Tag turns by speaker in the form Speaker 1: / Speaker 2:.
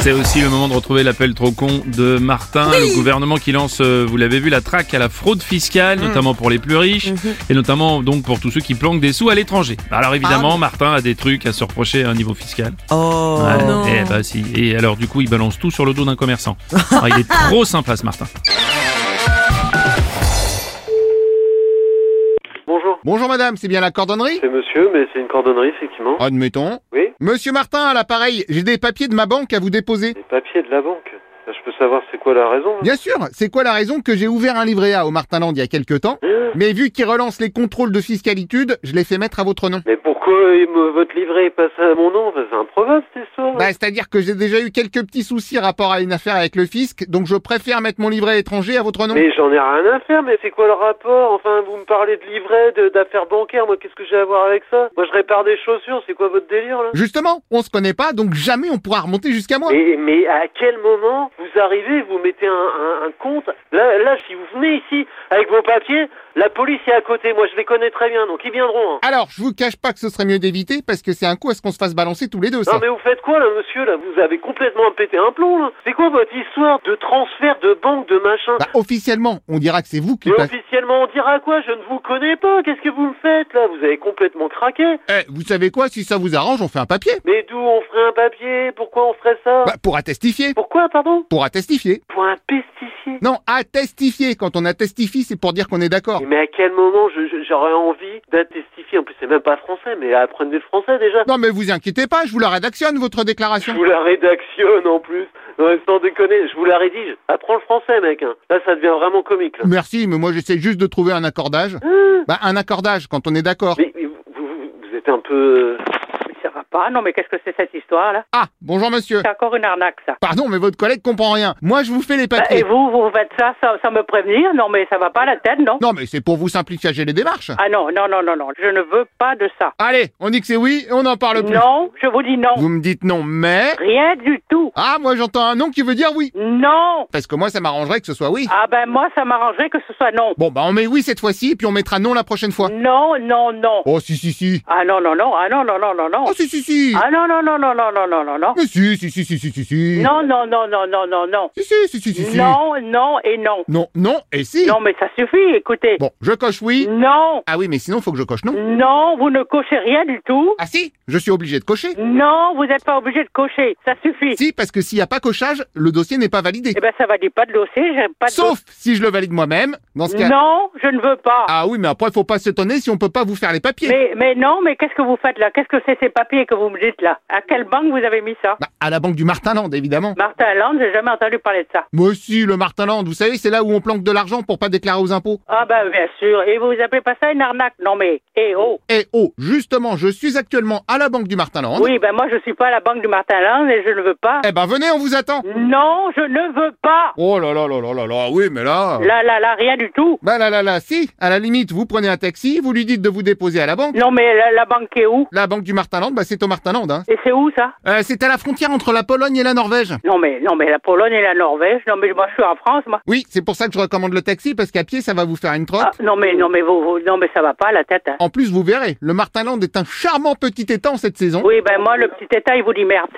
Speaker 1: C'est aussi le moment de retrouver l'appel trop con de Martin, le gouvernement qui lance, euh, vous l'avez vu, la traque à la fraude fiscale, notamment pour les plus riches, et notamment donc pour tous ceux qui planquent des sous à l'étranger. Alors évidemment, Martin a des trucs à se reprocher à un niveau fiscal.
Speaker 2: Oh
Speaker 1: Ouais, eh ben, si. Et alors du coup, il balance tout sur le dos d'un commerçant. Alors, il est trop sympa ce Martin.
Speaker 3: Bonjour.
Speaker 4: Bonjour madame, c'est bien la cordonnerie
Speaker 3: C'est monsieur, mais c'est une cordonnerie, effectivement.
Speaker 4: Admettons.
Speaker 3: Oui
Speaker 4: Monsieur Martin, à l'appareil, j'ai des papiers de ma banque à vous déposer.
Speaker 3: Les papiers de la banque. Je peux savoir c'est quoi la raison hein
Speaker 4: Bien sûr, c'est quoi la raison que j'ai ouvert un livret A au Martinland il y a quelques temps
Speaker 3: Ah.
Speaker 4: Mais vu qu'il relance les contrôles de fiscalitude, je l'ai fait mettre à votre nom.
Speaker 3: Mais pourquoi il me- votre livret est passé à mon nom Enfin, C'est improbable, cette histoire.
Speaker 4: Bah, c'est-à-dire que j'ai déjà eu quelques petits soucis rapport à une affaire avec le fisc, donc je préfère mettre mon livret étranger à votre nom.
Speaker 3: Mais j'en ai rien à faire, mais c'est quoi le rapport Enfin, vous me parlez de livret, de- d'affaires bancaires, moi, qu'est-ce que j'ai à voir avec ça Moi, je répare des chaussures, c'est quoi votre délire, là
Speaker 4: Justement, on se connaît pas, donc jamais on pourra remonter jusqu'à moi.
Speaker 3: mais, mais à quel moment vous arrivez, vous mettez un, un- un compte là, là, si vous venez ici avec vos papiers, la police est à côté. Moi, je les connais très bien, donc ils viendront. hein.
Speaker 4: Alors, je vous cache pas que ce serait mieux d'éviter, parce que c'est un coup à ce qu'on se fasse balancer tous les deux, ça.
Speaker 3: Non mais vous faites quoi là monsieur là Vous avez complètement pété un plomb là C'est quoi votre histoire de transfert de banque de machin
Speaker 4: Bah, officiellement, on dira que c'est vous qui...
Speaker 3: Mais
Speaker 4: pa-
Speaker 3: officiellement on dira quoi Je ne vous connais pas, qu'est-ce que vous me faites là Vous avez complètement craqué
Speaker 4: Eh, vous savez quoi, si ça vous arrange, on fait un papier.
Speaker 3: Mais d'où on ferait un papier Pourquoi on ferait ça
Speaker 4: Bah, pour attestifier.
Speaker 3: Pourquoi pardon
Speaker 4: Pour attestifier.
Speaker 3: Pour un pesticier
Speaker 4: Non, attestifier. Quand on attestifie, c'est pour dire qu'on est d'accord.
Speaker 3: mais à quel moment je- je- j'aurais envie d'attestifier En plus, c'est même pas français, mais apprenez le français déjà.
Speaker 4: Non, mais vous inquiétez pas, je vous la rédactionne, votre
Speaker 3: Je
Speaker 4: déclaration.
Speaker 3: vous la rédactionne en plus. Non, mais sans déconner, je vous la rédige. Apprends le français, mec. hein. Là, ça devient vraiment comique. Là.
Speaker 4: Merci, mais moi j'essaie juste de trouver un accordage.
Speaker 5: Ah.
Speaker 4: Bah, un accordage, quand on est d'accord.
Speaker 3: Mais, mais vous, vous- vous êtes un peu. euh,
Speaker 5: Ça va pas, non mais qu'est-ce que c'est cette histoire là
Speaker 4: Ah, bonjour monsieur.
Speaker 5: C'est encore une arnaque ça.
Speaker 4: Pardon, mais votre collègue comprend rien. Moi, je vous fais les
Speaker 5: Bah, et
Speaker 4: papiers.
Speaker 5: vous, vous faites ça sans, sans me prévenir Non mais ça va pas la tête, non
Speaker 4: Non, mais c'est pour vous simplifier les démarches.
Speaker 5: Ah non, non, non, non, non, je ne veux pas de ça.
Speaker 4: Allez, on dit que c'est oui et on n'en parle plus.
Speaker 5: Non, je vous dis non.
Speaker 4: Vous me dites non, mais...
Speaker 5: Rien du tout.
Speaker 4: Ah, moi j'entends un non qui veut dire oui.
Speaker 5: Non.
Speaker 4: Parce que moi, ça m'arrangerait que ce soit oui.
Speaker 5: Ah ben moi, ça m'arrangerait que ce soit non.
Speaker 4: Bon, bah on met oui cette fois-ci, puis on mettra non la prochaine fois.
Speaker 5: Non, non, non.
Speaker 4: Oh, si, si, si.
Speaker 5: Ah non, non, non, ah non, non, non, non, non.
Speaker 4: Oh, si, si, si.
Speaker 5: Ah non, non, non, non, non, non, non, non, non.
Speaker 4: Mais si, si, si, si, si, si, si.
Speaker 5: Non, non, non, non, non, non, non.
Speaker 4: Si, si, si, si, si, si.
Speaker 5: Non, non et non.
Speaker 4: Non, non, et si.
Speaker 5: Non Mm. mais ça suffit, écoutez.
Speaker 4: Bon, je coche oui.
Speaker 5: Non,
Speaker 4: Ah oui, mais sinon, faut que je coche
Speaker 5: Mm.
Speaker 4: non.
Speaker 5: non, vous ne cochez rien du tout.
Speaker 4: Ah si, je suis obligé de
Speaker 5: Mm.
Speaker 4: cocher.
Speaker 5: Non, vous n'êtes pas obligé de cocher, ça suffit.
Speaker 4: Si, parce que s'il n'y a pas cochage, le dossier n'est pas validé.
Speaker 5: Eh ben ça valide pas de dossier, j'aime pas de
Speaker 4: Sauf si je le valide moi-même, dans ce
Speaker 5: dossier.
Speaker 4: cas...
Speaker 5: Non, je ne veux pas.
Speaker 4: Ah oui, mais après, faut pas s'étonner si on peut pas vous faire les papiers.
Speaker 5: Mais, mais non, mais qu'est-ce que vous faites là Qu'est-ce que c'est ces papiers que vous me dites là À quelle banque vous avez mis ça
Speaker 4: Bah, à la banque du Martinland, évidemment.
Speaker 5: Martin Land, j'ai jamais entendu parler de ça.
Speaker 4: Moi aussi, le Martinland, vous savez, c'est là où on planque de l'argent pour pas déclarer aux impôts.
Speaker 5: Ah ben bien sûr, et vous appelez pas ça une arnaque Non mais, eh oh
Speaker 4: Eh oh, justement, je suis actuellement à la banque du Martinland.
Speaker 5: Oui, ben moi je suis pas à la banque du Martin Land et je ne veux pas.
Speaker 4: Eh ben, venez, on vous attend.
Speaker 5: Non, je ne veux pas
Speaker 4: Oh là là là là là là, oui, mais là...
Speaker 5: Là, là, là, rien du tout
Speaker 4: Bah là là là, si, à la limite, vous prenez un taxi, vous lui dites de vous déposer à la banque.
Speaker 5: Non mais la, la banque est où
Speaker 4: La banque du Martinland, bah c'est au Martinland, hein.
Speaker 5: Et c'est où ça
Speaker 4: Euh, c'est à la frontière entre la Pologne et la Norvège.
Speaker 5: Non mais, non mais la Pologne et la Norvège, non mais moi je suis en France moi
Speaker 4: Oui, c'est pour ça que je recommande le taxi, parce qu'à pied, ça va vous faire une trotte.
Speaker 5: Ah, non mais, non mais vous, vous- non mais ça va pas la tête hein.
Speaker 4: En plus, vous verrez, le Martinland est un charmant petit Ah. étang cette saison.
Speaker 5: Oui, ben moi, le petit état, il vous dit merde.